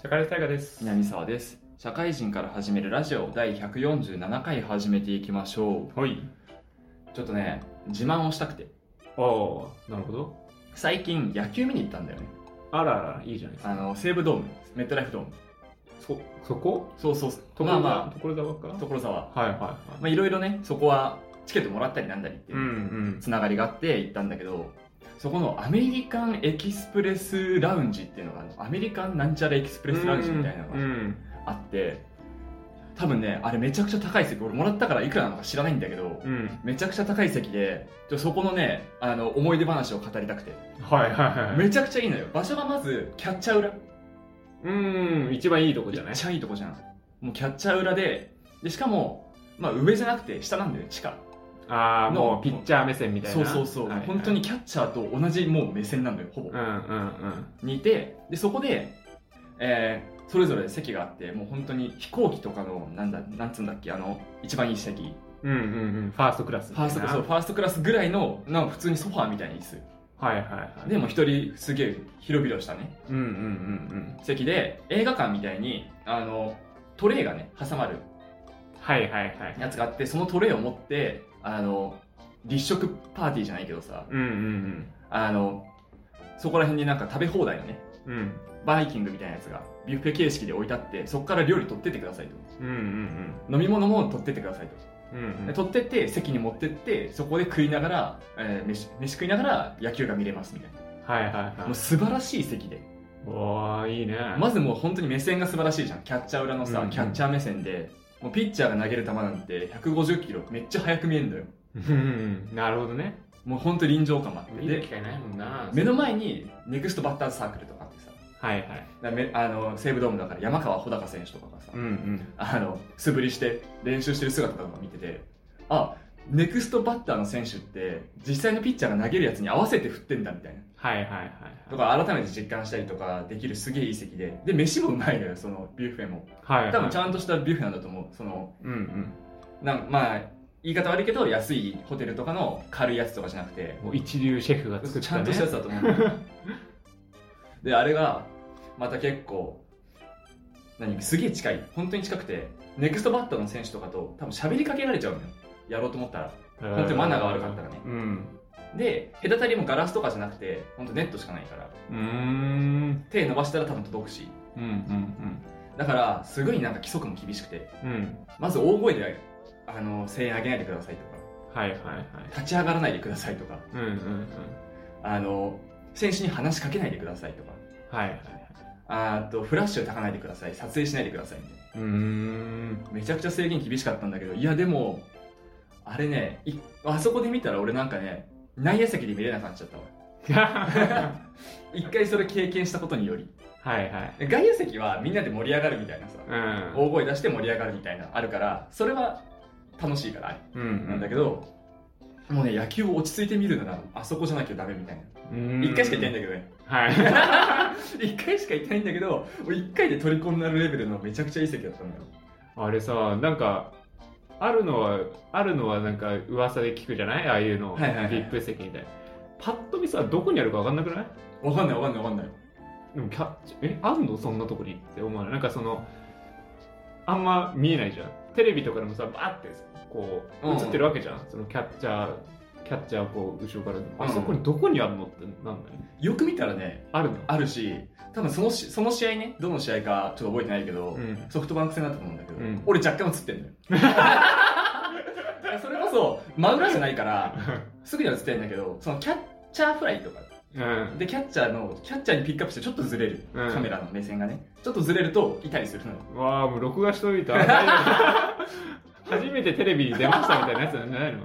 社会大河です。南沢です社会人から始めるラジオ第147回始めていきましょはい。うちょっとね自慢をしたくてああ、なるほど。最近野球見に行ったんだよねあらあら、いいじゃないですか。あの西武ドームメットライフドームそ、そこそうそうそうとこまあろまところだわかあ所沢はいはいはい。まあいろいろねそこはチケットもらったりなんだりってういうんつながりがあって行ったんだけどそこのアメリカンエキスプレスラウンジっていうのがあるのアメリカンなんちゃらエキスプうん。レスラウンジみたいなのうんうがん。あって多分ねあれめちゃくちゃ高い席俺もらったからいくらなのか知らないんだけど、うん。めちゃくちゃ高い席でちょそこのねあの思い出話を語りたくてはいはいはい。めちゃくちゃいいのよ場所がまずキャッチャー裏めうん、一番いいとこじゃなっいちゃいいとこじゃんもうキャッチャー裏ででしかも、まあ、上じゃなくて下なんだよ地下ああ、のもうピッチャー目線みたいそうな。そうそう、はいはい本当に。キャッチャーと同じもう目線なんだよほぼ、うんうんうん。にいてでそこで、えーそれぞれ席があってもう本当に飛行機とかのなんだなんつうんだっけあの一番いい席うんうんうん。ファーストクラスフみたいァーな。ストそうファーストクラスぐらいのなんか普通にソファーみたいな椅子はいはいはい。でもう一人すげえ広々したねうんうんうんうん。席で映画館みたいにあのトレイがね挟まるはいはいはい。やつがあってそのトレイを持ってあの立食パーティーじゃないけどさうんうんあのそこら辺になんか食べ放題のねうん。うん。バイキングみたいなやつがビュッフェ形式で置いてあってそこから料理取ってってくださいとうんうん飲み物も取ってってくださいと、うん。うんうでん。取ってって席に持ってってそこで食いながら、えー飯飯食いながら野球が見れますみたいなはいはいはいもう。素晴らしい席でおーいいねまずもう本当に目線が素晴らしいじゃんキャッチャー裏のさ、うんうんキャッチャー目線でもうピッチャーが投げる球なんて150キロめっちゃ速く見えるんだようんなるほどねもう本当臨場感もあって見るで機会ないもんな目の前にネクストバッターズサークルとかあってさはいはいだめあの西武ドームだから山川穂高選手とかがさ、うんうんあの素振りして練習してる姿とか見ててあネクストバッターの選手って実際のピッチャーが投げるやつに合わせて振ってんだみたいなはいはいはいとか改めて実感したりとかできるすげえいい席でで飯もうまいのよそのビュッフェもはいはい多分ちゃんとしたビュッフェなんだと思うそのうんうんなんまあ言い方悪いけど安いホテルとかの軽いやつとかじゃなくてもう一流シェフが作ったねちゃんとしたやつだと思うであれがまた結構何すげえ近い本当に近くてネクストバッターの選手とかと多分喋りかけられちゃうのよやろうと思ったら本本当にマナーが悪かったらねうんで隔たりもガラスとかじゃなくて本当ネットしかないからうーん手伸ばしたら多分届くしうんうんだからすごいなんか規則も厳しくてうんうんまず大声であの声援上げないでくださいとかはいはいはい立ち上がらないでくださいとかうんうんうんあの選手に話しかけないでくださいとかはいはいあとフラッシュをたかないでください撮影しないでくださいみたいなうーんめちゃくちゃ制限厳しかったんだけどいやでもあれねいあそこで見たら俺なんかね内野席で見れなくなっちゃったわは一回それ経験したことによりいはい外野席はみんなで盛り上がるみたいなさうん大声出して盛り上がるみたいなあるからそれは楽しいからあれうんうんなんだけど、もうね野球を落ち着いて見るならあそこじゃなきゃダメみたいな一回しか行ってないんだだけどねはい一回しか行ってないんだけど俺一回で虜になるレベルのめちゃくちゃいい席だったんだよあれさなんかあるのはあるのはなんか噂で聞くじゃないああいうの、はいはいはい VIP 席みたいなパッと見さどこにあるか分かんなくないわかんないわかんないわかんないでもキャッチえあんのそんなとこにって思わないなんかそのあんま見えないじゃんテレビとかでもさバーってこううん映ってるわけじゃん、そのキャッチャーキャッチャーこう後ろから、あそこにどこにあるのってなんだよねよく見たらねあるのあるし多分そのしその試合ねどの試合かちょっと覚えてないけど、うんソフトバンク戦だったと思うんだけど、うん俺若干映っ てんのよそれこそ真裏じゃないからすぐには映ってんだけどそのキャッチャーフライとかうん でキャッチャーのキャッチャーにピックアップしてちょっとずれる、うんカメラの目線がねちょっとずれるといたりするのよわあもう録画しといた 初めてテレビに出ましたみたいなやつなんじゃないの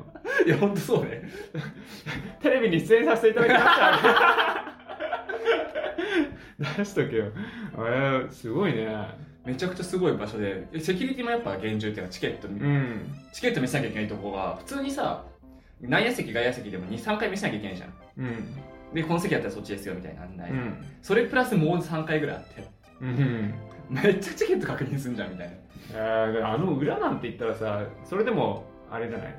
いやほんとそうねテレビに出演させていただきました。出しとけよ。えすごいね。めちゃくちゃすごい場所ででセキュリティもやっぱ厳重っていうかチケット、ん。チケット見せなきゃいけないとこが普通にさ内野席外野席でも23回見せなきゃいけないじゃんうん。でこの席だったらそっちですよみたいな案内、うん。それプラスもう3回ぐらいあってうん。めっちゃチケット確認すんじゃんみたいなえーあの裏なんて言ったらさ、それでも、あれじゃない、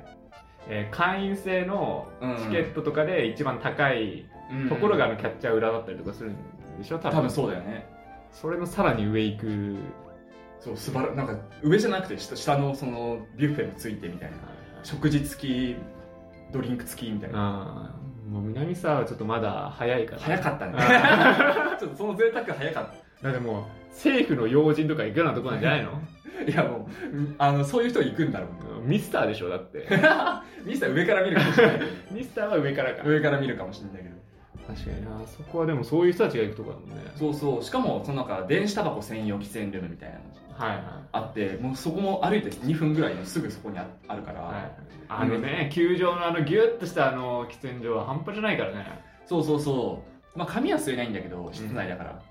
えー会員制のチケットとかで一番高いところがあのキャッチャー裏だったりとかするんでしょ多多分そうだよねそれのさらに上行くそう素晴らなんか上じゃなくて下下のそのビュッフェもついてみたいな食事付きドリンク付きみたいなあーもう南沢はちょっとまだ早いから早かったね ちょっとその贅沢早かっだってもう政府の要人とか行くようなとこなんじゃないのたいやもううんあのそういう人行くんだろうねミスターでしょだって ミスター上から見るかもしれないけミスターは上からか ど上から見るかもしれないけど確かになそこはでもそういう人たちが行くとこだもんねそうそうしかもそのなんか電子タバコ専用喫煙ルームみたいなのはいはあってもうそこも歩いて2分ぐらいのすぐそこにああるから、いはいあのね球場のあのギュッとしたあの喫煙所は半端じゃないからねそうそうそうまあ紙は吸えないんだけど室内だから、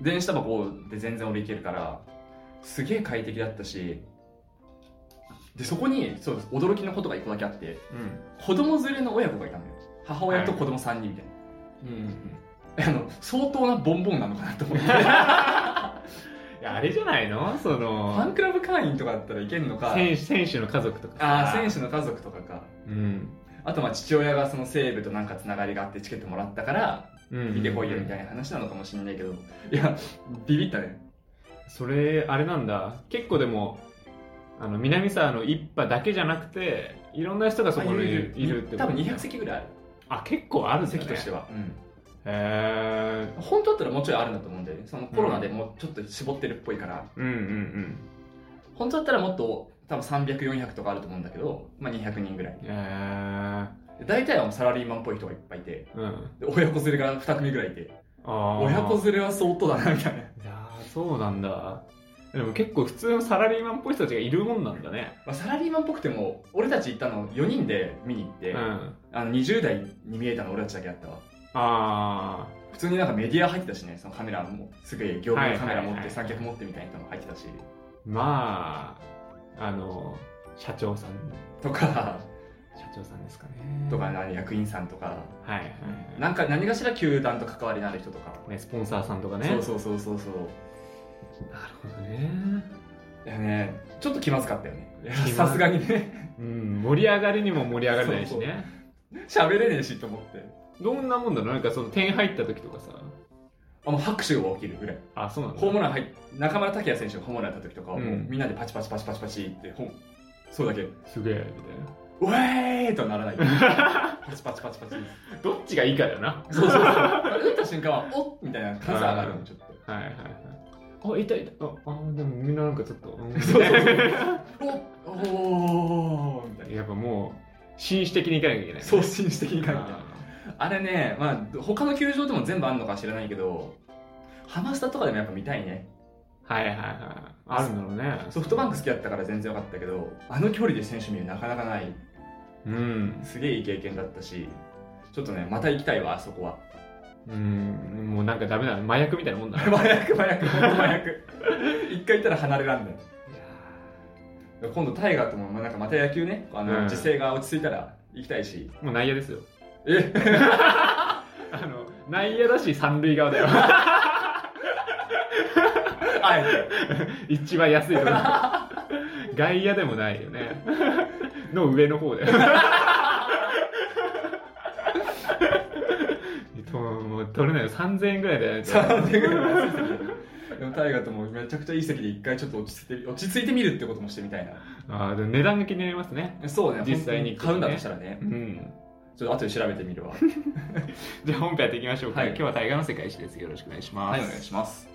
電子タバコで全然俺いけるからすげえ快適だったしでそこにそう驚きのことが1個だけあって子供連れの親子がいたんだよ母親と子供3人みたいうんうんな、あの相当なボンボンなのかな と思ってフいやあれじゃないのそァのンクラブ会員とかだったらいけんのか選手選手の家族とかああ選手手の家族とかかうん、あとまあ父親がその西武となんかつながりがあってチケットもらったからうん、見てこいよみたいな話なのかもしれないけど、いやビビったねそれあれなんだ結構でもあの南沢の一派だけじゃなくていろんな人がそこにいるいるってこと多分200席ぐらいあるあ結構あるんだ、ね、席としては、へえ本当だったらもうちょいあるんだと思うんだよねそのコロナでもうちょっと絞ってるっぽいから、うんうん本当だったらもっと多分300400とかあると思うんだけど、まあ、200人ぐらいうんへえで大体はもうサラリーマンっぽい人がいっぱいいてうんで親子連れが2組ぐらいいてあー親子連れは相当だなみたいな、いやーそうなんだでも結構普通のサラリーマンっぽい人たちがいるもんなんだねまあ、サラリーマンっぽくても俺たち行ったの4人で見に行って、うんあの20代に見えたの俺たちだけだったわあ普通になんかメディア入ってたしねそのカメラもすぐ業務用カメラ持はいはいっはいて三脚持ってみたいなの入ってたしーまああの社長さんとか 社長さんですかねとか何役員さんとかはいはいはいなんか何かしら球団と関わりのある人とか、ね、スポンサーさんとかねそうそうそうそうそうなるほどねいやねちょっと気まずかったよねいや気まずさすがにね うん盛り上がりにも盛り上がれないしね喋れねえしと思ってどんなもんだろうなんかその点入った時とかさあもう拍手が起きるぐらいあそうなんだホームラン入っ中村拓也選手がホームラン打った時とかはもううんみんなでパチパチパチパチパチってほんそうだけ「すげえみウェーイ!」とはな らないパチパチパチパチたいなどっちがいいかだよなそうそうそう打った瞬間は「おっ!」みたいな数上がるのちょっとはいはいはいあいたいたああでもみんななんかちょっ とうんそうそうそう。おおーみたいな。やっぱもう紳士的にいかなきゃいけないそう、紳士的に書いてああるあれね、まあ、他の球場でも全部あるのか知らないけど、ハマスタとかでもやっぱ見たいね。ーはいはいはいあるんだろうねソフトバンク好きだったから全然良かったけど、あの距離で選手見るなかなかない。うんすげえいい経験だったし、ちょっとね、また行きたいわ、あそこは。うんもうなんかダメだね麻薬みたいなもん だないや麻薬、麻薬、本当麻薬。一回行ったら離れらんね今度、タイガーとも、まあなんかまた野球ね、あの、うん時勢が落ち着いたら行きたいし。ーもう内野ですよえ あの内野だし三塁側だよ あえて。一番安いと ころ外野でもないよねの上の方だよ ともう取れないよ3000円ぐらいで3年ぐらいの安い席でも大河ともめちゃくちゃいい席で一回ちょっと落ち着いて落ち着いてみるってこともしてみたいなあーでも値段が気になりますねそうね実際に行く買とうねんだとしたらねうんちょっと後で調べてみるわじゃあ本編やっていきましょうか、はい今日は大河の世界史ですよろしくお願いします、 はいお願いします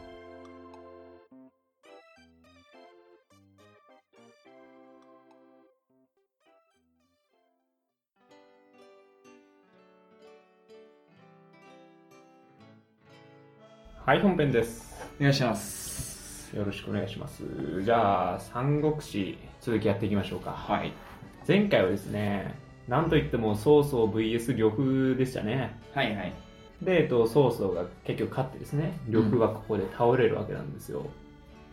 はい本編ですお願いしますよろしくお願いしますじゃあ三国志続きやっていきましょうかはい前回はですねなんといっても曹操 VS 呂布でしたねはいはいで、えっと、曹操が結局勝ってですね呂布がここで倒れるわけなんですよ、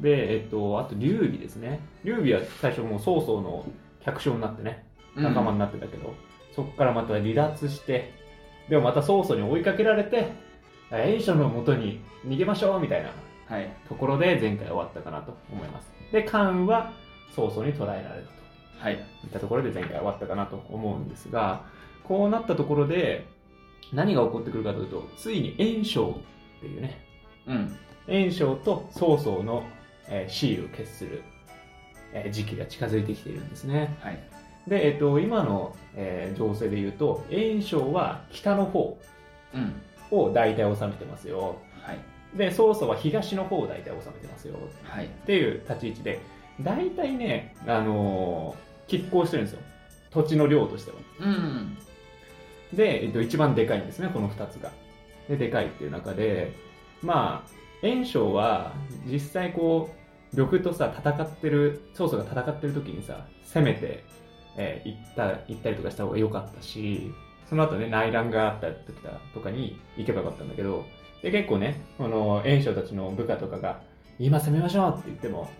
で、えっと、あと劉備ですね劉備は最初もう曹操の客商になってね仲間になってたけど、そこからまた離脱してでもまた曹操に追いかけられて袁紹のもとに逃げましょうみたいなはいところで前回終わったかなと思いますで関羽は曹操に捕らえられたとはいいったところで前回終わったかなと思うんですがこうなったところで何が起こってくるかというとついに袁紹っていうねうん炎章と曹操の、えーシールを決する、えー時期が近づいてきているんですね。はい。で、えっと、今の、えー情勢で言うと、炎章は北の方うん。を大体治めてますよ。はい。で、曹操は東の方を大体治めてますよ。はい。っていう立ち位置で、大体ね、あのー拮抗してるんですよ。土地の量としては。うん。で、えっと、一番でかいんですね、この2つが。で、でかいっていう中で、まあ、炎章は、実際こう、玉とさ、戦ってる、曹操が戦ってる時にさ、攻めて、えー行った、行ったりとかした方が良かったし、その後ね、内乱があった時だとかに行けばよかったんだけど、で、結構ね、この炎章たちの部下とかが、今攻めましょうって言っても、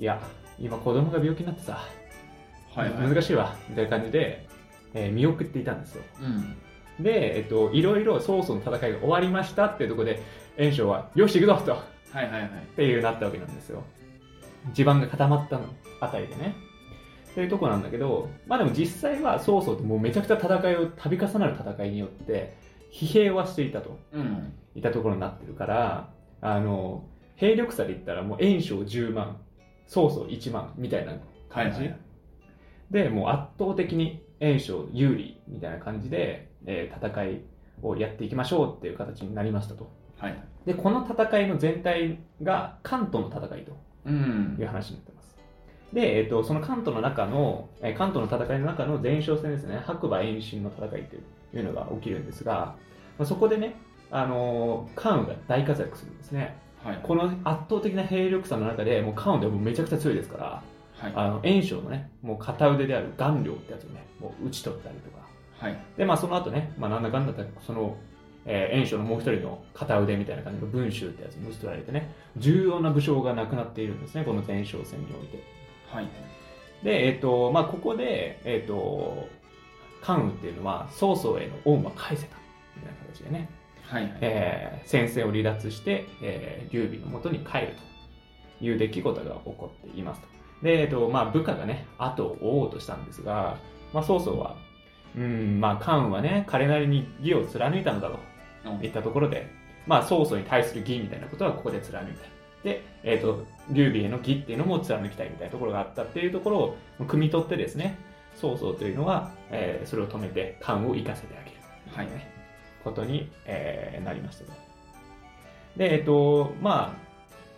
いや、今子供が病気になってさ、はいはい。難しいわ、みたいな感じで、えー見送っていたんですよ。うん。で、えっと、いろいろ曹操の戦いが終わりましたっていうところで、袁紹は、よし、行くぞとっはいはいはい。ていうなったわけなんですよ。地盤が固まったのあたりでね。っていうところなんだけど、まあでも実際は曹操ってもうめちゃくちゃ戦いを、度重なる戦いによって、疲弊はしていたと、うん。いたところになってるから、あの、兵力差で言ったらもう袁紹10万、曹操1万みたいな感じ。はいはいで、もう圧倒的に炎章有利みたいな感じで、えー戦いをやっていきましょうっていう形になりましたと。はい。で、この戦いの全体が関東の戦いとう。いうん話になってます。で、えっとその関東の中の、えー関東の戦いの中の前哨戦ですね、白馬遠心の戦いというのが起きるんですが、まあ、そこでね、あのー関羽が大活躍するんですね。はい。この圧倒的な兵力差の中で、もう関羽でもめちゃくちゃ強いですから、はい。あの炎章のねもう片腕である顔料ってやつをねもう打ち取ったりとかはい。でまあその後ね、まあ、なんだかんだとその、えー、炎章のもう一人の片腕みたいな感じの文集ってやつに打ち取られてね重要な武将が亡くなっているんですねこの前哨戦においてはい。でえっ、とまあここでえっ、と関羽っていうのは曹操への恩は返せたみたいな形でねはい。えー戦線を離脱して、えー劉備のもとに帰るという出来事が起こっていますと。で、えっとまあ、部下がね、後を追おうとしたんですが、まあ、曹操は、うん、まあ、関羽はね、彼なりに義を貫いたのだとうんいったところで、まあ、曹操に対する義みたいなことはここで貫いた。で、えっと劉備への義っていうのも貫きたいみたいなところがあったっていうところを汲み取ってですね、曹操というのは、えーそれを止めて関羽を生かせてあげる。はい。ことに、えーなりましたと。で、えっと、まあ、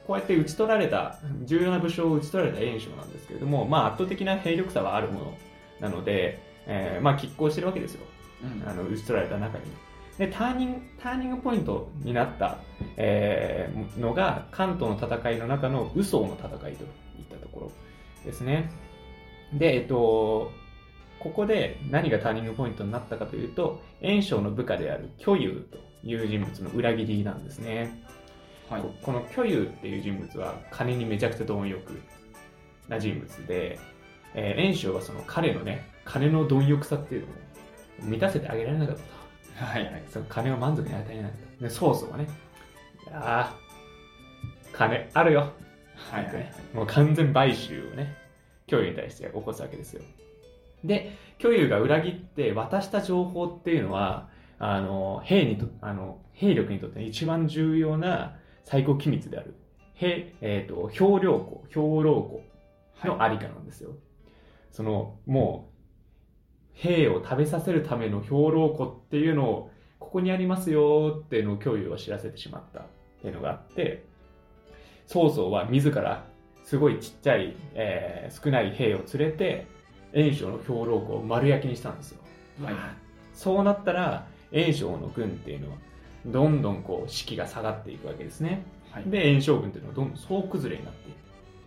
こうやって打ち取られた、重要な武将を打ち取られた炎章なんですけれども、まあ、圧倒的な兵力差はあるものなので、えーまあ、拮抗してるわけですよ。うんあの打ち取られた中に。でターニングターニングポイントになった、えーのが関東の戦いの中の右曹の戦いといったところですね。で、えっと、ここで何がターニングポイントになったかというと袁紹の部下である巨勇という人物の裏切りなんですね。はい。ここの巨勇っていう人物は金にめちゃくちゃ貪欲な人物で、えー、袁紹はその彼のね金の貪欲さっていうのを満たせてあげられなかったとはい。はい。その金を満足に与えられなかったで曹操はねいやー金あるよはい。はい。もう完全買収をね巨勇に対して起こすわけですよで巨勇が裏切って渡した情報っていうのはあの兵にとあの兵力にとって一番重要な最高機密である兵、えー、と兵糧庫兵糧庫のありかなんですよ、そのもう兵を食べさせるための兵糧庫っていうのをここにありますよっていうのを共有を知らせてしまったっていうのがあって曹操は自らすごいちっちゃい、えー少ない兵を連れて袁紹の兵糧庫を丸焼きにしたんですよはい。そうなったら袁紹の軍っていうのはどんどんこう士気が下がっていくわけですねはい。で炎症軍というのはどんどん総崩れになっていく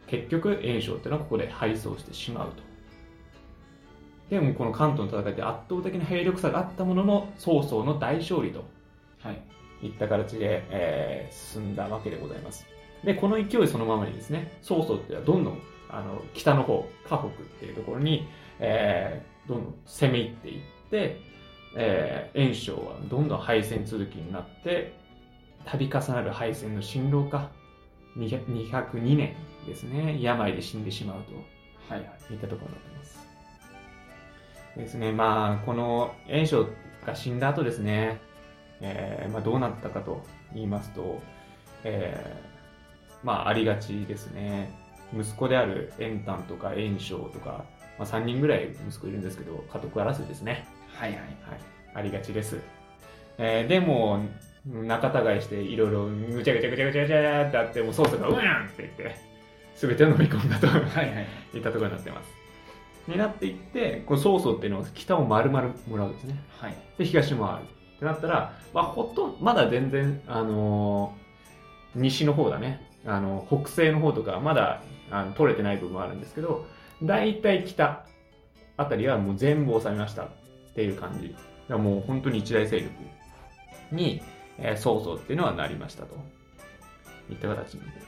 結局炎症というのはここで敗走してしまうとでもこの関東の戦いで圧倒的な兵力差があったものの曹操の大勝利とはい。いった形で、えー進んだわけでございますでこの勢いそのままにですね曹操っていうのはどんどんあの北の方河北っていうところに、えーどんどん攻め入っていって、えー、袁紹はどんどん敗戦続きになって度重なる敗戦の辛労化200 202年ですね病で死んでしまうとはい。はい。いったところになってます。ですね、まあ、この炎章が死んだ後ですね、えーまあ、どうなったかと言いますと、えまあありがちですね息子である円丹とか円翔とか、まあ、3人ぐらい息子いるんですけど家督争いですねはいはいはい、ありがちです。えーでも、仲違いしていろいろぐちゃぐちゃぐちゃぐちゃぐちゃってあって、もう操作がうーんって言って、すべてを飲み込んだとはいはいいったところになってます。になっていって、この曹操っていうのは北を丸々もらうんですね。はいで、東もある。ってなったら、まあ、ほとんど、まだ全然、あのー西の方だね、あの北西の方とか、まだあの取れてない部分もあるんですけど、大体北あたりはもう全部収めましたっていう感じ。だからもう本当に一大勢力に、えー、曹操っていうのはなりましたと。いった形になります。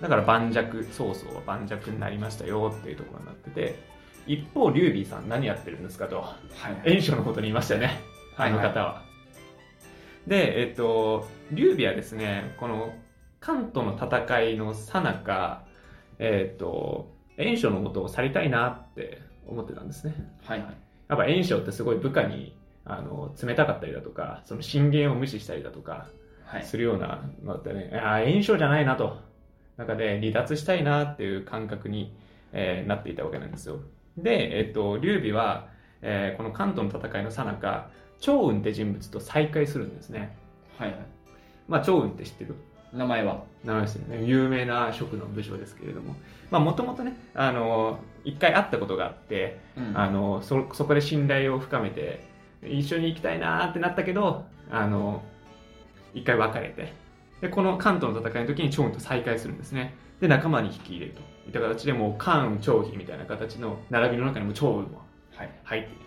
だから盤石、曹操は盤石になりましたよっていうところになってて、一方、劉備さん何やってるんですかと。はいはい炎症のことに言いましたよね、はあいのはい方は。で、えっと、劉備はですね、この関東の戦いの最中えっと、炎症のことを去りたいなって思ってたんですね。はいはいやっぱ炎症ってすごい部下にあの冷たかったりだとか、その進言を無視したりだとか、はいするようなのだったね、ああ、炎症じゃないなと、中で離脱したいなっていう感覚に、えーなっていたわけなんですよ。で、えっと、劉備は、えーこの関東の戦いの最中趙雲って人物と再会するんですね。はいはいまあ、趙雲って知ってる名前は名前ですよね。有名な職の武将ですけれども、まあ、もともとね、あの、一回会ったことがあって、うんあのそそこで信頼を深めて一緒に行きたいなーってなったけどあの一回別れてでこの関東の戦いの時に趙雲と再会するんですねで仲間に引き入れるといった形でもう関雲張飛みたいな形の並びの中にも趙雲もはい入っている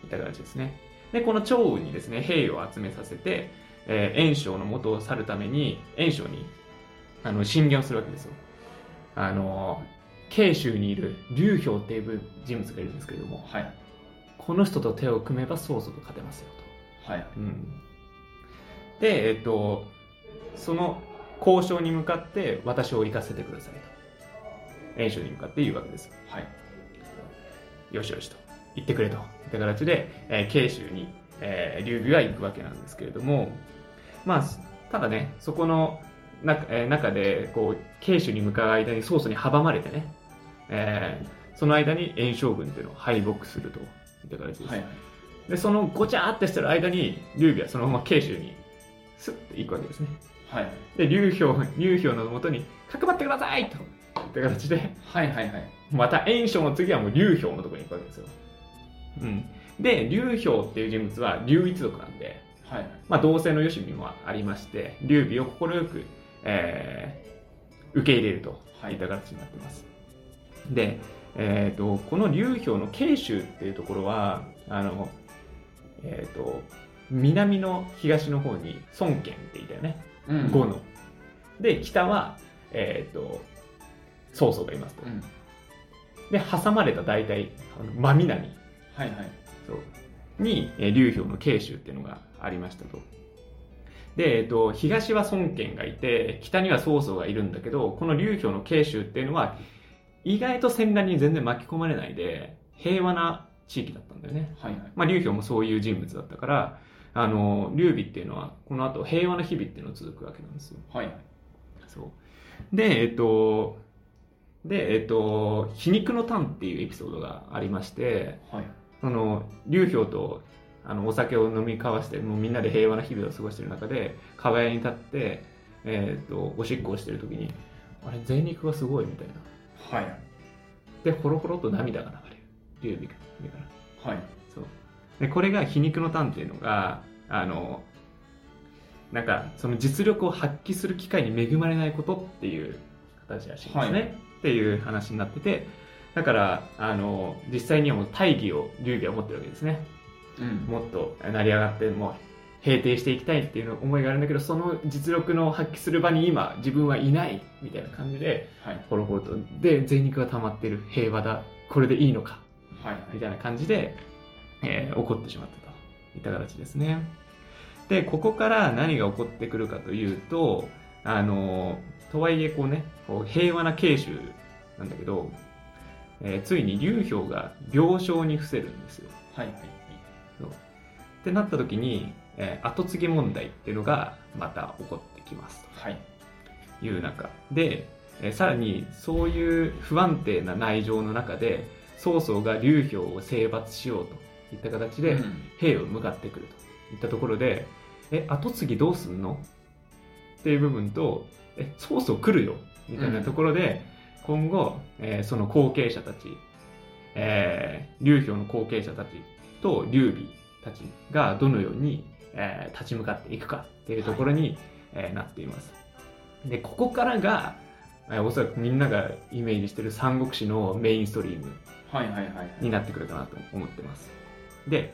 といった形ですねでこの趙雲にですね兵を集めさせて、えー、袁紹の元を去るために袁紹にあの進言をするわけですよあの慶州にいる劉氷っていう人物がいるんですけれどもはいこの人と手を組めば曹操と勝てますよはいと、でえっとその交渉に向かって私を行かせてくださいと袁紹に向かって言うわけですはいよしよしと言ってくれといった形で、えー慶州に、えー劉備は行くわけなんですけれどもまあただねそこの中,、えー中でこう慶州に向かう間に曹操に阻まれてね、えーその間に袁紹軍っていうのを敗北するといった形です、はいはいでそのごちゃーってしてる間に劉備はそのまま慶州にスッて行くわけですねはいで劉氷劉氷のもとに「かくまってください!」といった形ではいはいはいまた炎章の次はもう劉氷のところに行くわけですよ。うん、で劉氷っていう人物は劉一族なんで、はいまあ、同姓のよしみもありまして劉備を快く、えー受け入れるとはいいった形になってます。で、えー、とこの劉氷の慶州っていうところはあの、えー、と南の東の方に孫権っていたよね。うん五の。で北は、えー、と曹操がいますとう。んで挟まれた大体あの真南はいはいそうにえー劉氷の慶州っていうのがありましたと。で、えっと、東は孫権がいて北には曹操がいるんだけどこの劉氷の慶州っていうのは意外と戦乱に全然巻き込まれないで平和な地域だったんだよね。はいはいまあ、劉氷もそういう人物だったからあの劉備っていうのはこの後平和な日々っていうのが続くわけなんですよ。はいはいそう。で、えっと、で、えっと、皮肉のンっていうエピソードがありまして、はいその、劉氷と、あの、お酒を飲み交わして、もうみんなで平和な日々を過ごしてる中で、川屋に立って、えっと、おしっこをしてる時に、あれ、贅肉がすごいみたいな。はいで、ほろほろと涙が流れる。劉備が目から。はいそうでこれが皮肉のンっていうのがあのなんかその実力を発揮する機会に恵まれないことっていう形らしいんですね、はいっていう話になっててだからあの実際にはもう大義を劉備は持ってるわけですねうんもっと成り上がってもう平定していきたいっていう思いがあるんだけどその実力の発揮する場に今自分はいないみたいな感じではいホロホロとで贅肉が溜まってる平和だこれでいいのかはいみたいな感じで、えー起こってしまったといった形ですね。で、ここから何が起こってくるかというと、あのとはいえこうね、こう平和な慶州なんだけど、えーついに劉氷が病床に伏せるんですよ。はいはいってなった時に、えー後継ぎ問題っていうのがまた起こってきますと。はいいう中で、えーさらにそういう不安定な内情の中で曹操が劉表を征伐しようといった形でうん兵を向かってくるといったところでえ後継ぎどうすんのっていう部分とえ曹操来るよみたいなところで、今後、えーその後継者たち、えー、劉表の後備者たちと劉備たちがどのように、えー立ち向かっていくかっていうところに、えーなっています。でここからが、えーおそらくみんながイメージしてる三国志のメインストリームはいはいはいはいになってくるかなと思ってます。で、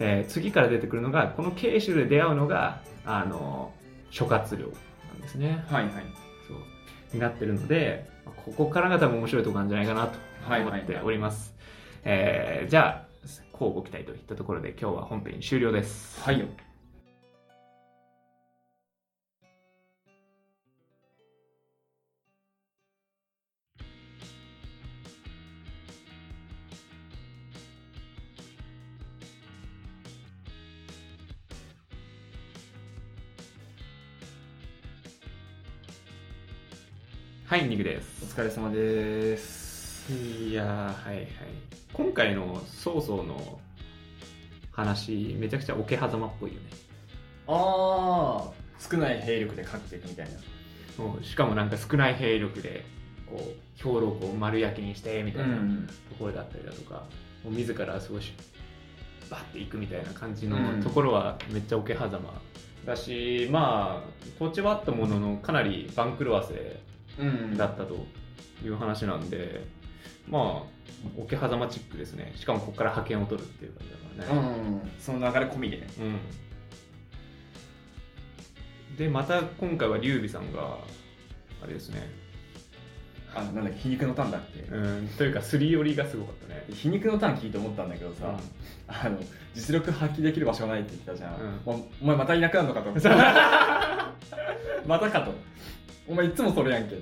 えー次から出てくるのがこの慶州で出会うのがあの諸葛亮なんですね。はいはいそうになってるのでここからが多分面白いところなんじゃないかなとはい思はいっております。えーじゃあこうご期待といったところで今日は本編終了です。はいよはい、ニグでおす。疲れ様ですいやーはいはい。今回の曹操の話めちゃくちゃ桶狭間っぽいよね。ああ少ない兵力で勝っていくみたいなもうしかもなんか少ない兵力でこう兵糧庫を丸焼きにしてみたいなところだったりだとか、もう自らすごいバッていくみたいな感じうんのところはめっちゃ桶狭間だしまあ土地はあったもののかなり番狂わせうんだったという話なんでまあ桶狭間チックですねしかもここから覇権を取るっていう感じだからうね。んその流れ込みでうん、でまた今回は劉備さんがあれですねあのなんだっけ皮肉のターンだっけうんというかすり寄りがすごかったね皮肉のターン聞いて思ったんだけどさ、あの実力発揮できる場所がないって言ったじゃん、おお前またいなくなるのかと またかとお前いつもそれやんけ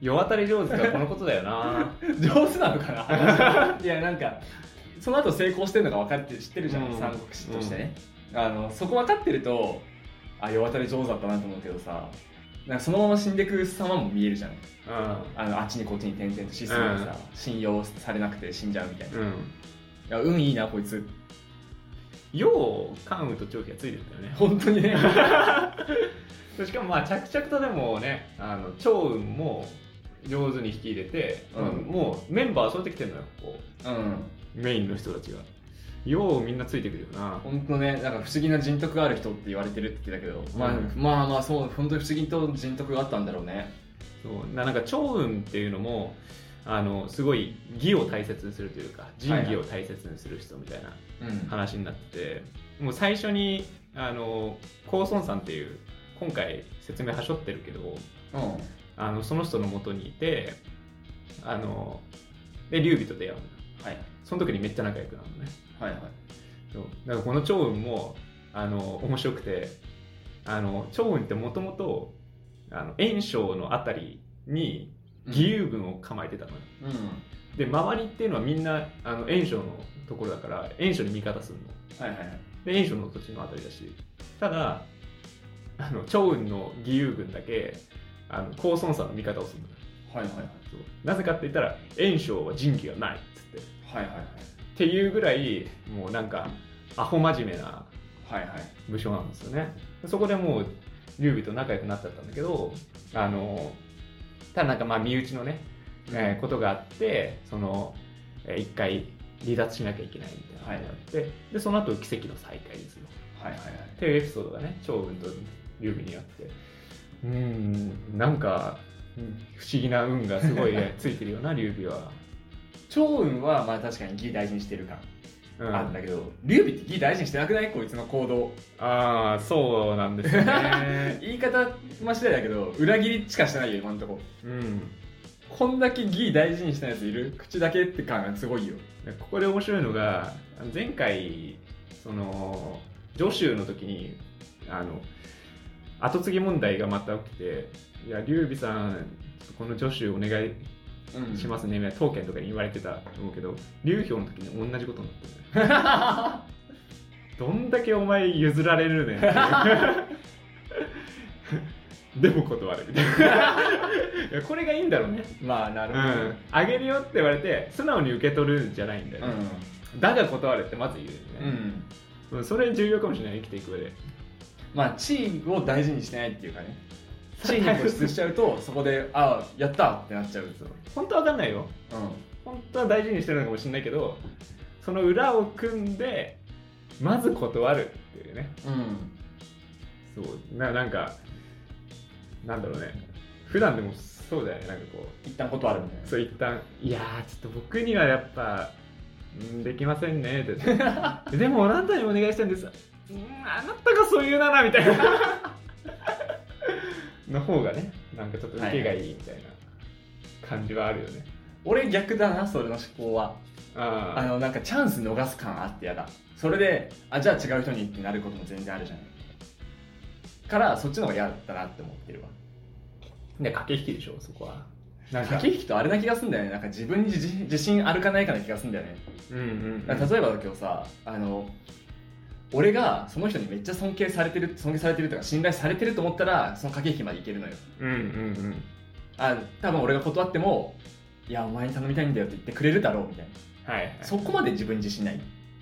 世渡り上手がこのことだよ な 上手なのかな いやなんかその後成功してるのが分かって知ってるじゃん、うん三国志としてね、あのそこ分かってるとあ世渡り上手だったなと思うけどさなんかそのまま死んでく様も見えるじゃんうあのあっちにこっちに転々としすぎてさ、信用されなくて死んじゃうみたいな、ん、うん、いや運いいなこいつよう関羽と長飛がついてるんだよね本当にね しかもまあ着々とでもねあの長雲も上手に引き入れて、うんもうメンバー揃ってきてるのよこうんうメインの人たちがようみんなついてくるよな本当ねなんか不思議な人徳がある人って言われてるって言ってたけど、まあうんまあまあそう本当に不思議と人徳があったんだろうねそうななんか長雲っていうのもあのすごい義を大切にするというか仁義を大切にする人みたいなうん話になってて、もう最初にあの高孫さんっていう今回説明はしょってるけどうんあのその人の元にいてあので劉備と出会うのはいその時にめっちゃ仲良くなるのねはいはいそうだからこの趙雲もあの面白くてあの趙雲ってもともと袁紹のあたりに義勇軍を構えてたのよ、うんで周りっていうのはみんなあの袁紹のところだから袁紹に味方するのはいはいはいで袁紹の土地のあたりだしただあの趙雲の義勇軍だけあの高孫さんの味方をするのよはいはいそうなぜかって言ったら袁紹は仁義がないっつってっはいはいていうぐらいもうなんかアホ真面目なはいはいはい武将なんですよねそこでもう劉備と仲良くなっちゃったんだけどあのただなんかまあ身内のね、えーことがあってその、えー一回離脱しなきゃいけないみたいなことがあって、でその後奇跡の再会ですよはいはいっていうエピソードがね趙雲と劉備にあってうーんなんかうん不思議な運がすごい、 ね、ついてるよな劉備は、趙雲はまあ確かに義大事にしてる感うん、あるんだけど劉備って義大事にしてなくないこいつの行動ああそうなんですよ ね言い方ま次第だけど裏切りしかしてないよ今んとこうんこんだけ義大事にしてないやついる口だけって感がすごいよここで面白いのがあの前回その助手の時にあの後継ぎ問題がまた起きて「いや劉備さんこの助手お願いうんしますね」みたいな刀剣とかに言われてたと思うけど劉表の時に同じことになってるね どんだけお前譲られるねんっていうでも断るみたいな いやこれがいいんだろうねまあなうるほど、んあげるよって言われて素直に受け取るんじゃないんだよね、だが断るってまず言うようん、うね、うん、んそれ重要かもしれない生きていく上でまあ地位を大事にしてないっていうか ね地位に固執しちゃうとそこでああやったってなっちゃう そう本当は分かんないよう本当は大事にしてるのかもしれないけどその裏を組んでまず断るっていうねん、うん、そうななんかなんだろうね普段でもそうだよねなんかこ一旦断るみたいなうそう一旦いやーちょっと僕にはやっぱうんできませんね って言ってでもあなたにお願いしたんですうんあなたがそう言うならみたいな の方がねなんかちょっと受けがいいみたいな感じはあるよね、俺逆だなそれの思考はあああのなんかチャンス逃す感あってやだそれであじゃあ違う人にってなることも全然あるじゃないからそっちの方が嫌だったなって思ってるわね、駆け引きでしょそこはなんか駆け引きとあれな気がするんだよねなんか自分に自自信あるかないかな気がするんだよねうんうんだから例えば今日さあの俺がその人にめっちゃ尊敬されてる尊敬されてるとか信頼されてると思ったらその駆け引きまでいけるのようんうんあ多分俺が断ってもいやお前に頼みたいんだよって言ってくれるだろうみたいなはいはいそこまで自分に自信ない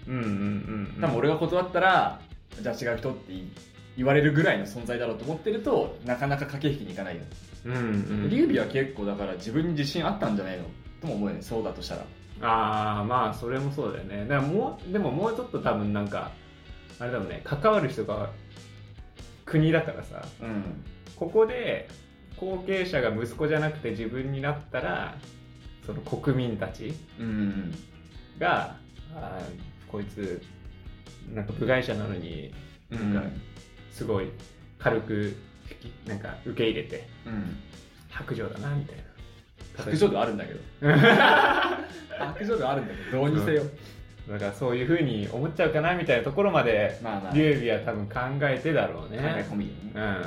うんうんうんうん多分俺が断ったら、じゃあ違う人って言われるぐらいの存在だろうと思ってるとなかなか駆け引きにいかないよ、うんうんリュウビは結構だから自分に自信あったんじゃないのとも思うよねそうだとしたらああまあそれもそうだよねだからもうでももうちょっと多分なんかあれだもんね関わる人が国だからさうんここで後継者が息子じゃなくて自分になったらその国民たちうんがあーこいつなんか部外者なのにうんすごい軽くなんか受け入れてうん白状だなみたいな白状度あるん だけど白状度あるんだけどどうにせよ、だからそういうふうに思っちゃうかなみたいなところまでまあまあリ考ュウビは多分考えてだろうえね込みうんでね、ま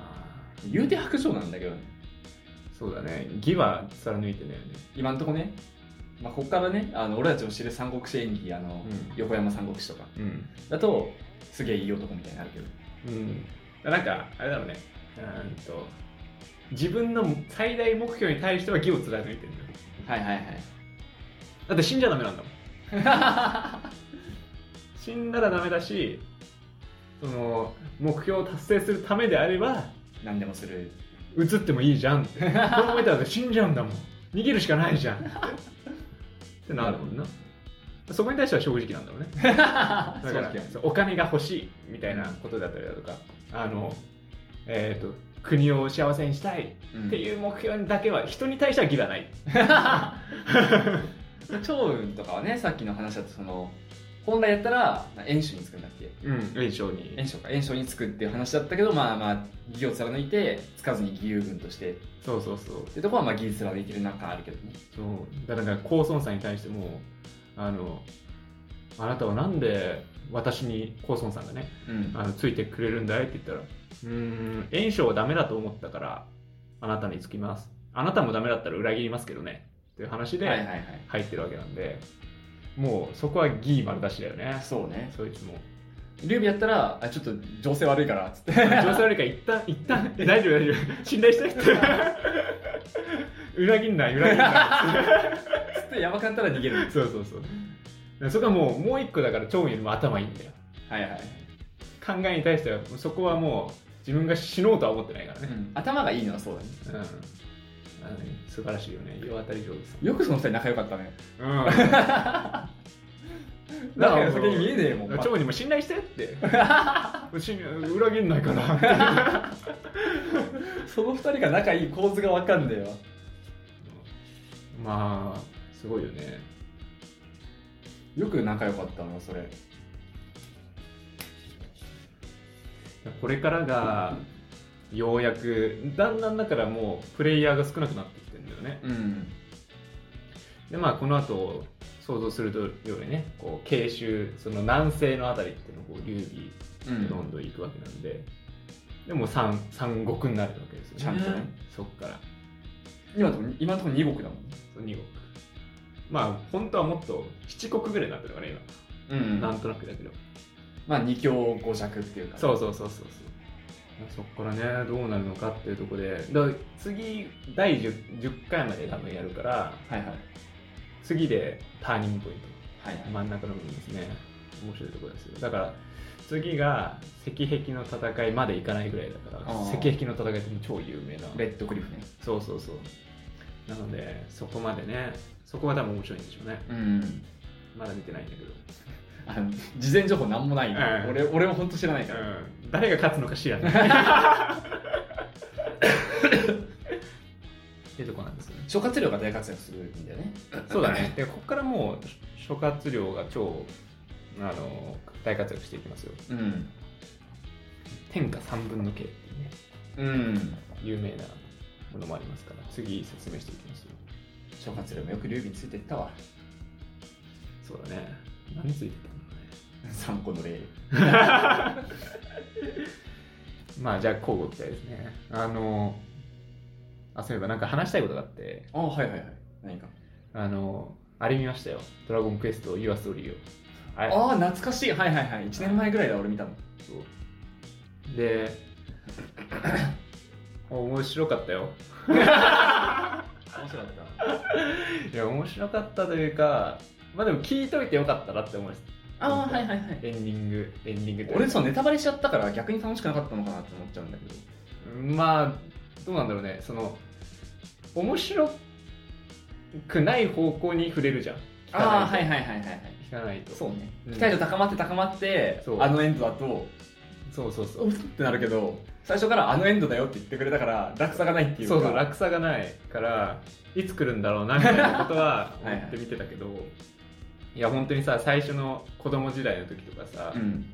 あ言うて白状なんだけどねそうだね義は貫抜いてだよね今んとこねまあ、ここからねあの俺たちを知る三国志演技あの、うん横山三国志とかうん、だとすげえいい男みたいになるけどうん、なんかあれだろうねうーんと自分の最大目標に対しては義を貫いてるんだよはいはいはいだって死んじゃダメなんだもん 死んだらダメだしその目標を達成するためであれば何でもする映ってもいいじゃんってこのままいたら死んじゃうんだもん逃げるしかないじゃんってってなるもんなそこに対しては正直なんだろうねだだからそうお金が欲しいみたいなことだったりだとかあのえっ、と国を幸せにしたいっていう目標だけは人に対しては義がない、超運とかはねさっきの話だとその本来やったら演習につくんだっけうん、印象に演習か演習につくっていう話だったけどまあまあ義を貫いてつかずに義勇軍としてっそうそうそうてとこはまあ義術貫いてるなんかあるけどねそうだから高孫さんに対してもあのあなたはなんで私に高孫さんがねうんあのついてくれるんだいって言ったら「うーん炎症はダメだと思ったからあなたにつきますあなたもダメだったら裏切りますけどね」っていう話はいはいではい入ってるわけなんで、もうそこはギー丸出しだよねそうねそい つも劉備やったらあちょっと情勢悪いからっつって女性よりか一旦一旦え大丈夫大丈夫信頼して って裏切んな裏切んな つってやばかったら逃 げるそうそうそうだからそこはもうもう一個だから趙よりも頭いいんだよはいはい、考えに対してはそこはもう自分が死のうとは思ってないからね、頭がいいのはそうだねうん、あのね素晴らしいよね世渡り上手さよくその二人仲良かったねん、だから先に見えねえもんうん、長にも信頼してって 信裏切んないからってその二人が仲いい構図がわかんねえわまあすごいよねよく仲良かったのそれこれからがようやくだんだんだからもうプレイヤーが少なくなってきてるんだよねうんでまあこの後想像するようにねこう慶州その南西のあたりっていうのをこう劉備うどんどん行くわけなんで、でも三三国になるわけですよねちゃんとねそっから今のとこ今のところ二国だもんそう二国まあ本当はもっと七国ぐらいになってるからねうん今なんとなくだけど、まあ二強五弱っていうかそうそうそうそうそうそこからねどうなるのかっていうところでだから次第 10, 10回まで多分やるからはいはい次でターニングポインはいはいト真ん中の部分ですね面白いところですよだから次が石壁の戦いまでいかないぐらいだかあらー石壁の戦いってもう超有名なレッドクリフねそうそうそうなのでそこまでねそこは多分面白いんでしょうねうんまだ見てないんだけどあの事前情報なんもないよ、うん俺俺も本当知らないから、うん誰が勝つのか知 らない。ってとこなんですよね。諸葛亮が大活躍するんだよねそうだね。で、ここからもう諸葛亮が超あの大活躍していきますよ。うん天下三分の計っていうねうん有名なものもありますから、次説明していきますよ。諸葛亮もよく劉備についてった わそうだね。何ついてたんだろうね。三個の例まあじゃあ交互期待ですね。あの、あそういえばなんか話したいことがあって、あはいはいはい何かあのあれ見ましたよ。ドラゴンクエスト Your Story を。あれああ懐かしいはいはいはい1年前ぐらいだ俺見たのそう で面白かったよ面白かったいや面白かったというかまあでも聞いといてよかったなって思いますああーはいはいはいエンディングエンディングというか俺そうネタバレしちゃったから逆に楽しくなかったのかなって思っちゃうんだけどまあどうなんだろうねその面白くない方向に触れるじゃん聞かないとああはいはいはいはいはい聞かないとそうねうん期待度高まって高まってそうあのエンドだとそうそうそううっってなるけど最初からあのエンドだよって言ってくれたから落差がないっていうかそうそう落差がないからいつ来るんだろうなみたいなことは は思いはいって見てたけどいや本当にさ最初の子供時代の時とかさう、ん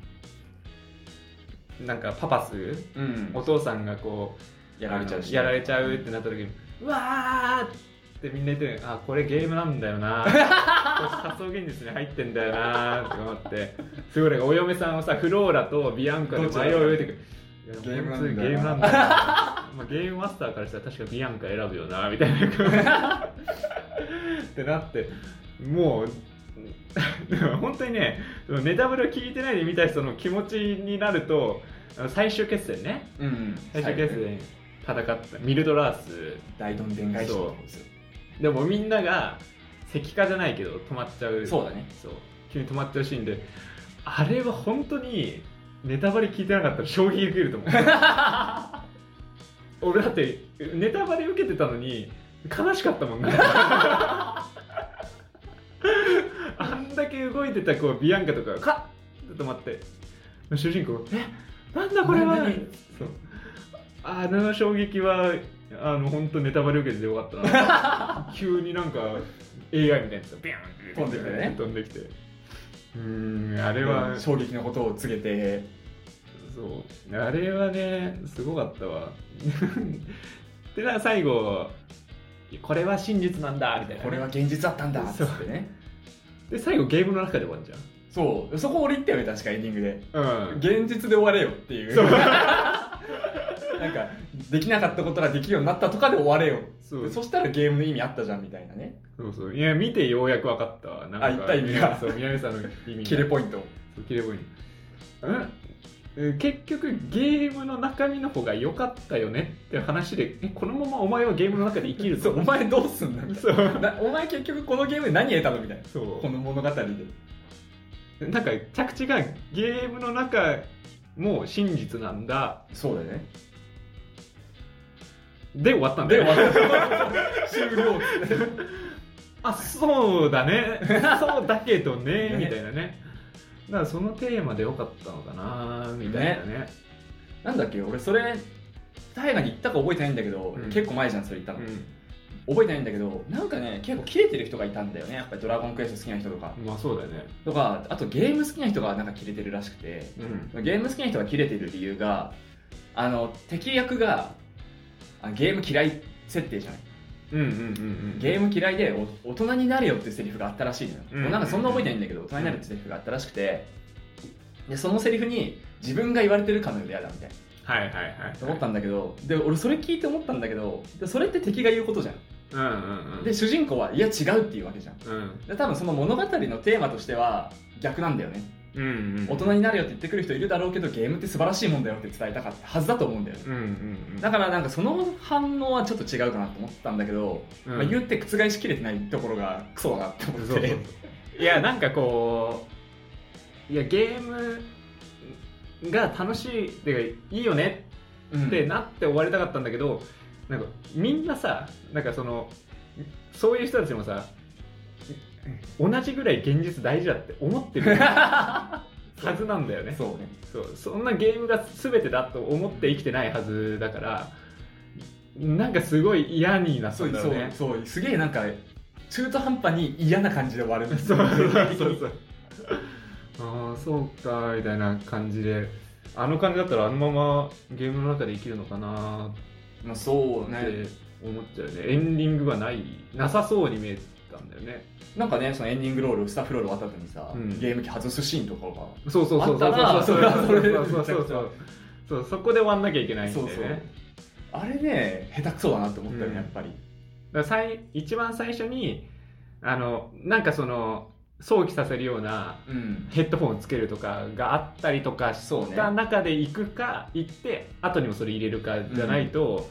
なんかパパスうんお父さんがこうやられちゃうあしのやられちゃうってなった時にうわーってみんな言ってるあこれゲームなんだよなこれ仮想現実に入ってんだよなって思ってすごいなんかお嫁さんをさフローラとビアンカで迷いを得てくるいやゲームなんだゲよーなムなんだよなまあゲームマスターからしたら確かビアンカ選ぶよなみたいな ってなってもうでも本当にねネタバレを聞いてないで見た人の気持ちになるとあの最終決戦ねうん最終決戦戦ったミルドラース大どんでん返しそうでもみんなが石化じゃないけど止まっちゃうそうだねそう急に止まっちゃうシーンであれは本当にネタバレ聞いてなかったら衝撃受けると 思う俺だってネタバレ受けてたのに悲しかったも んねあんだけ動いてたこうビアンカとかがカッと止まって主人公えなんだこれはなんだねそうあの衝撃はあの本当ネタバレ受けててよかったな急になんか AI みたいなやつがビャンって飛んできてね飛んできてうーんああれはそ衝撃のことを告げてうあれはねすごかったわ でな最後これは真実なんだみたいなね、これは現実だったんだっつってねで最後ゲームの中で終わるじゃんそうそこ俺言ったよね確かエンディングでうん現実で終われよってい うそうなんかできなかったことができるようになったとかで終われよそうでそしたらゲームの意味あったじゃんみたいなねそうそういや見てようやく分かったわなんかあ言った意味がそう宮部さんの意味がキレポイントそう切ればいいうんえ結局ゲームの中身の方が良かったよねっていう話でえこのままお前はゲームの中で生きるそぞうお前どうすんだみたいそうななお前結局このゲームで何得たのみたいなそこの物語でうなんか着地がゲームの中も真実なんだそうだよねで終わったんだでよ、ね、 終了っつってあそうだ ねそうだけどねねみたいなねだからそのテーマで良かったのかなみたいなねなんだっけ俺それ大河に行ったか覚えてないんだけど、うん結構前じゃんそれ行ったの、覚えてないんだけどなんかね結構切れてる人がいたんだよねやっぱり「ドラゴンクエスト」好きな人とかうんまあそうだよねとかあとゲーム好きな人がなんか切れてるらしくてうんゲーム好きな人が切れてる理由があの敵役があゲーム嫌い設定じゃないうんうんうんうんゲーム嫌いでお大人になれよっていうセリフがあったらしいのよ、うんなんかそんな覚えてないんだけど大人になるっていうセリフがあったらしくてでそのセリフに自分が言われてるかのようで嫌だみたいなはいはいはい思ったんだけどで俺それ聞いて思ったんだけどでそれって敵が言うことじゃんうんうんうんで主人公はいや違うって言うわけじゃんうんで多分その物語のテーマとしては逆なんだよねうんうん大人になるよって言ってくる人いるだろうけどゲームって素晴らしいもんだよって伝えたかったはずだと思うんだようんうんだからなんかその反応はちょっと違うかなと思ったんだけど、うんまあ、言って覆しきれてないところがクソだなって思ってそうそうそういやなんかこういやゲームが楽しいっていうかいいよねうんってなって終わりたかったんだけど、なんかみんなさなんかそのそういう人たちもさ同じぐらい現実大事だって思って るはずなんだよねそうねそうそんなゲームが全てだと思って生きてないはずだからなんかすごい嫌になったそんうだそようねそうすげえなんか中途半端に嫌な感じで終わるんですそようそうそうそうああそうかみたいな感じであの感じだったらあのままゲームの中で生きるのかなまあそうっねて思っちゃうよねエンディングがないなさそうに見えたんだよねなんかねそのエンディングロールスタッフロール渡った後にさ、うんゲーム機外すシーンとかがそうそうそうそうあったらそうそうそれそはうそそれでうそうそうそこで終わんなきゃいけないんでそうねそうあれね下手くそだなって思ったよね、うんやっぱりだから最一番最初にあのなんかその想起させるようなうんヘッドホンをつけるとかがあったりとかしそうねた中で行くか行って後にもそれ入れるかじゃないと、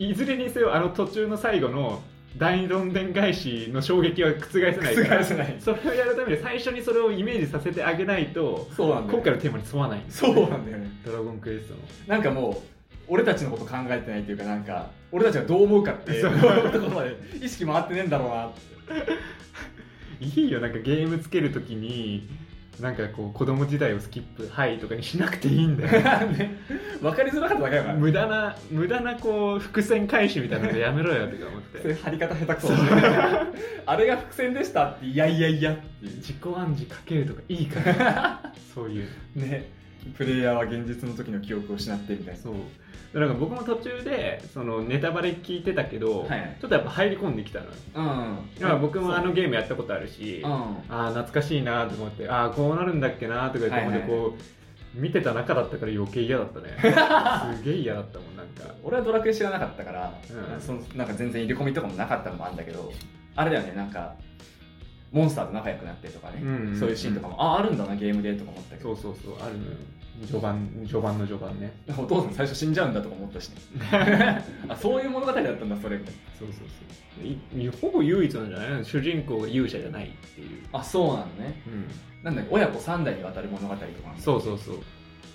いずれにせよあの途中の最後の大どんでん返しの衝撃は覆せないから覆せないそれをやるために最初にそれをイメージさせてあげないとそうなんだよ今回のテーマに沿わないんですそうなんだよねドラゴンクエストのなんかもう俺たちのこと考えてないっていうかなんか俺たちがどう思うかってそういう ところまで意識回ってねえんだろうなっていいよなんかゲームつけるときになんかこう子供時代をスキップ「はい」とかにしなくていいんだ よ ね分かりづらかっただけだから無駄な無駄なこう伏線回収みたいなのやめろよとか思っ それて貼り方下手くそだねあれが伏線でしたっていやいやいやっていう自己暗示かけるとかいいから そういうねプレイヤーは現実の時の記憶を失ってみたいなそうだからなんか僕も途中でそのネタバレ聞いてたけど、はいちょっとやっぱ入り込んできたのようんだから僕もあのゲームやったことあるし、うんああ懐かしいなと思ってああこうなるんだっけなとか言って思ってはいはいこう見てた中だったから余計嫌だ ったねすげえ嫌だったもんなんか俺はドラクエ知らなかったから、うんそのなんか全然入れ込みとかもなかったのもあるんだけどあれだよねなんかモンスターと仲良くなってとかね、うんうんそういうシーンとかもああるんだなゲームでとか思ったけそどうそうそうあるのよ序盤序盤の序盤ねお父さん最初死んじゃうんだとか思ったし ねあそういう物語だったんだそれみたいなそうそうそういほぼ唯一なんじゃない主人公が勇者じゃないっていう、あそうなのねうん、なんだっけ親子3代にわたる物語とかなんだそうそうそ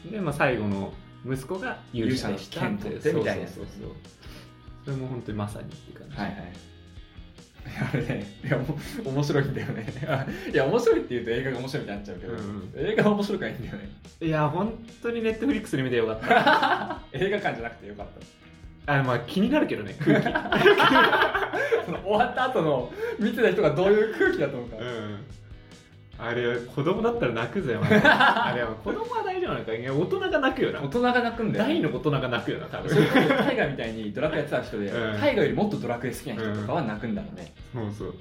うで、まあ、最後の息子が勇者でした勇者の権取ってみたいなやつそうそうそうそうそれも本当にまさにっていう感じ、 はいはい。あれね、いや、もう面白いんだよね。 いや、面白いって言うと映画が面白いってなっちゃうけど、うんうん映画は面白くないんだよね。いや本当にネットフリックスで見てよかった映画館じゃなくてよかった。 あまあ気になるけどね空気その終わった後の見てた人がどういう空気だと思うか。うんあれ子供だったら泣くぜ、お 前あれは子供は大丈夫なのかいや大人が泣くよな大人が泣くんだよ、大の大人が泣くよな多分 それこそ大河みたいにドラクエやってた人で、うん大河よりもっとドラクエ好きな人とかは泣くんだろうね。そうそう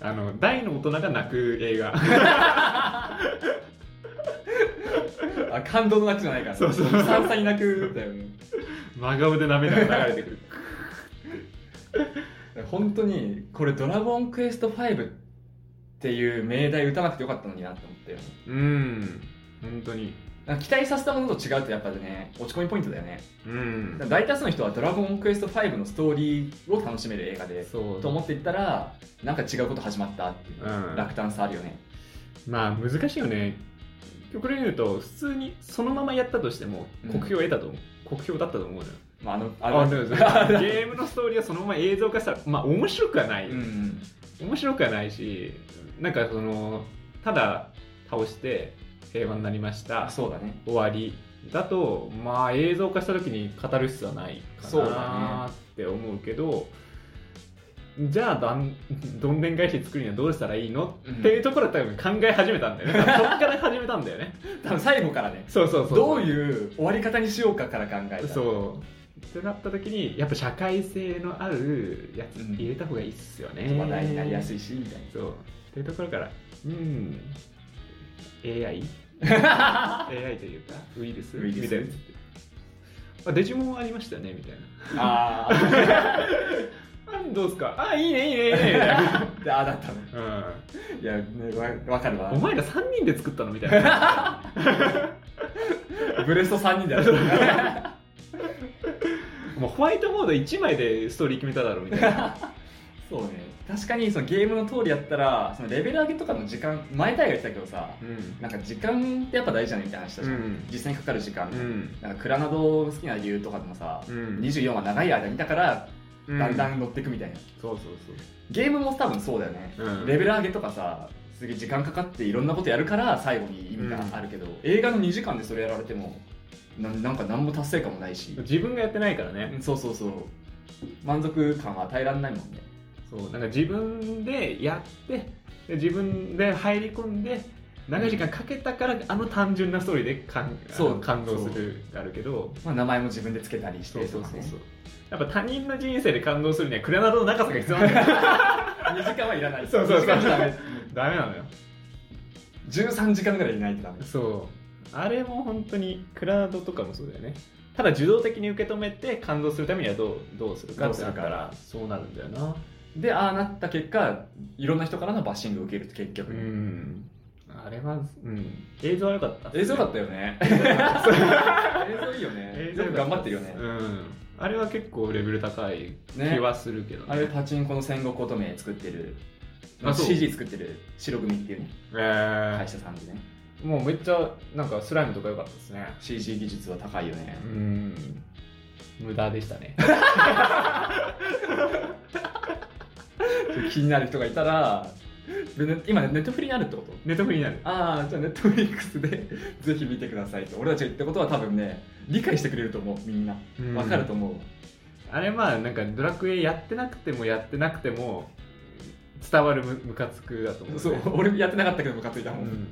あの大の大人が泣く映 画あ感動の泣くじゃないから、そうそう久々に泣くんだよね。真顔で涙が流れてくる本当に、これ、ドラゴンクエスト5っていう命題打たなくてよかったのになって思ったよね。うん本当になんか期待させたものと違うとやっぱね落ち込みポイントだよねうん大多数の人は「ドラゴンクエスト5」のストーリーを楽しめる映画でそうと思っていったらなんか違うこと始まったっていう、うん落胆さあるよねまあ難しいよね極論言うと普通にそのままやったとしてもうん酷評を得たと思う、酷評だったと思うのよまああのああでのもそ れゲームのストーリーをそのまま映像化したらまあ面白くはない、うんうん面白くはないしなんかそのただ倒して平和になりましあたそうだね終わりだとまあ映像化した時に語る必要はないかそうなだって思うけどじゃあだん どんでん返し作るにはどうしたらいいの、うんっていうところで多分考え始めたんだよ ねそっから始めたんだよね多分最後からねそうそうそうどうういう終わり方にしようかから考えたそうってなった時にやっぱ社会性のあるやつうん入れた方がいいっすよね、話題になりやすいしみたいそうっていうところからうん AI?AI というかウイルスウイルスみたいなやつってあデジモンありましたよねみたいななあああれどうですかあ、いいね、いいね、いいねみたいな。 でああだったのうんいや、ね、わわかるわお前ら3人で作ったのみたい な。ブレスト3人だよもうホワイトボード1枚でストーリー決めただろみたい な。そうね確かにそのゲームの通りやったらそのレベル上げとかの時間前タイが言ってたけどさうん。なんか時間ってやっぱ大事じゃないって話したじゃん、うん実際にかかる時間、うん。なんかクラナド好きな理由とかでもさ、うん24は長い間見たからうん。だんだん乗っていくみたいな、そうそうゲームも多分そうだよね、そう。うん。レベル上げとかさすげえ時間かかっていろんなことやるから最後に意味があるけど、映画の2時間でそれやられてもななんか何も達成感もないし、自分がやってないからね。そうそうそう満足感は与えられないもんねそう。なんか自分でやって、で自分で入り込んで、長い時間かけたから、あの単純なストーリーで感そうあの感動するがあるけど、まあ、名前も自分でつけたりしそうてそとうかそうねそう。やっぱ他人の人生で感動するにはクレナドの長さが必要なんだ よ。 2時間はいらないそうそうそう2時間じゃダ ダメメなのよ。 13時間ぐらいいないとダメそうあれも本当にクラウドとかもそうだよねただ受動的に受け止めて感動するためにはどうどうするかどうっすてるなかったらそうなるんだよなでああなった結果いろんな人からのバッシングを受けるって結局、んあれは、うん、映像は良かった 映像だっったよね映像いいよね映像全部頑張ってるよねたうんあれは結構レベル高い気ねはするけどあねれパチンコの戦後乙女作ってるあそう CG 作ってる白組っていうねえ会ー社さんでねもうめっちゃなんかスライムとか良かったですね CG 技術は高いよねうん無駄で したね気になる人がいたらでね今ねネットフリにあるってことネットフリになるああじゃあネットフリックスで ぜひ見てくださいと俺たちが言ったことは多分ね理解してくれると思うみんなうんわかると思う、あれまあなんかドラクエやってなくてもやってなくても伝わるむムカつくだと思う、ね、そう俺やってなかったけどムカついたもん、うん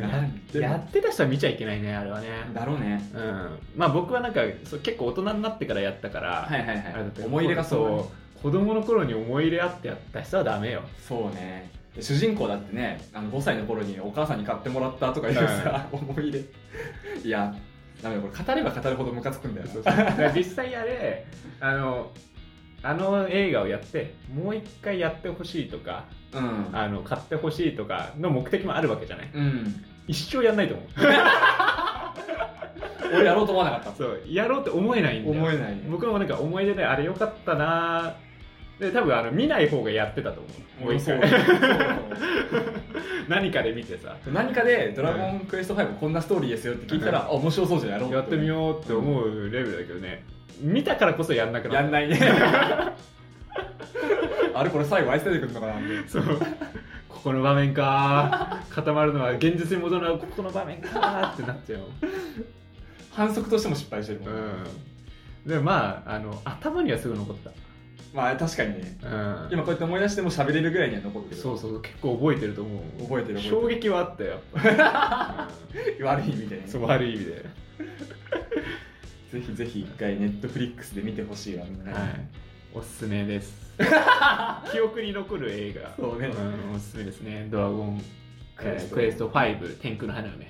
なんでややってた人は見ちゃいけないねあれはねだろうねうんまあ僕はなんかそう結構大人になってからやったから、はいはいあれだったはけいど思い入れがそうねう子供の頃に思い入れあってやった人はダメよそうねで主人公だってねあの5歳の頃にお母さんに買ってもらったとかいうさ、思い入れいやダメだこれ語れば語るほどムカつくんだよなだ から実際あれあのあの映画をやってもう一回やってほしいとかうんあの買ってほしいとかの目的もあるわけじゃないうん一生やんないと思う俺やろうと思わなかったそうやろうって思えないんだよ思えないね僕もなんか思い出であれよかったなーで多分あの見ない方がやってたと思うもう一そう回何かで見てさ何かで「ドラゴンクエスト5」こんなストーリーですよって聞いたら、あ面白そうじゃんやろうやってみようって思うレベルだけどね、見たからこそやんなくなやんい ないねあれこれ最後あいつ出てくるのかなそうここの場面かー固まるのは現実に戻るのはここの場面かーってなっちゃう反則としても失敗してるもん、うんでもまああの頭にはすぐ残っまあ確かにねたうん今こうやって思い出しても喋れるぐらいには残ってるそうそう結構覚えてると思う覚えてる覚えてる衝撃はあったよやっぱ、悪い意味でねうん そう悪い意味でぜひぜひ一回ネットフリックスで見てほしいわみんな、はい、おすすめ です。記憶に残る映画。そうねんおすすめですね。ドラゴンクエストクエスト5、天空の花嫁。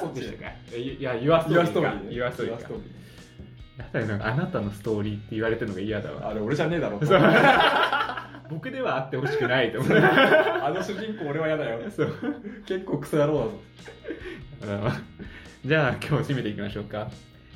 そっでちしたかえいや、言わストユーアリストーーかリー。言わストーリーか。リやっぱりなんかあなたのストーリーって言われてるのが嫌だーわ。あれ俺じゃねえだろそう 僕ではあってほしくないと思う。あの主人公俺は嫌だよそう結構クソ野郎だ ぞうんじゃあ今日締めていきましょうか。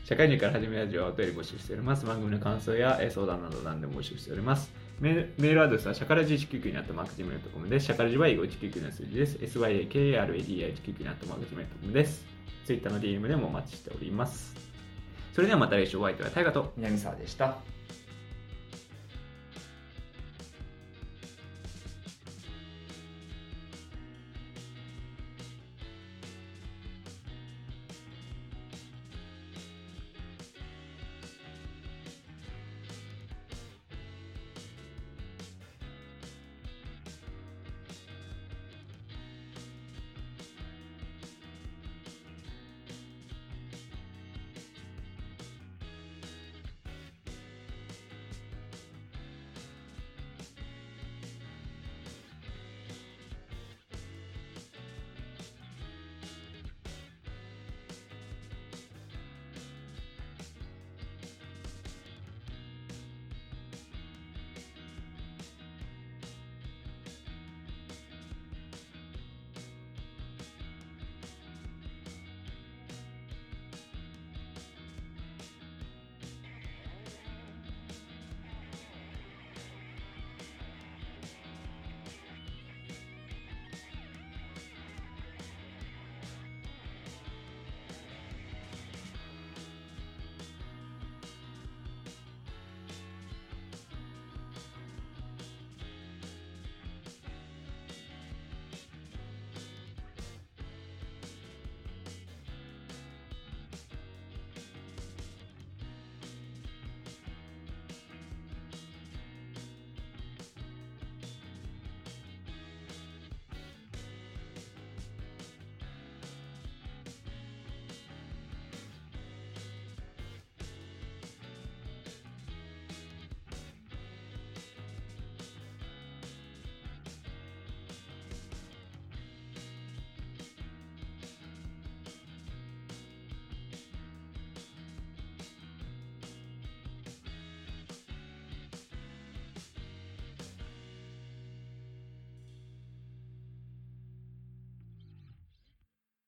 社会人から始めラジオはお便り募集しております。番組の感想やえー相談など何でも募集しております。メーメールアドレスはシャカラジ199にあったマークジメルトコムです。シャカラジは英語199の数字です。SYAKRADI199 にあったマークジメルトコムです。Twitter の DM でもお待ちしております。それではまた来週お会いいたいタイガと南沢でした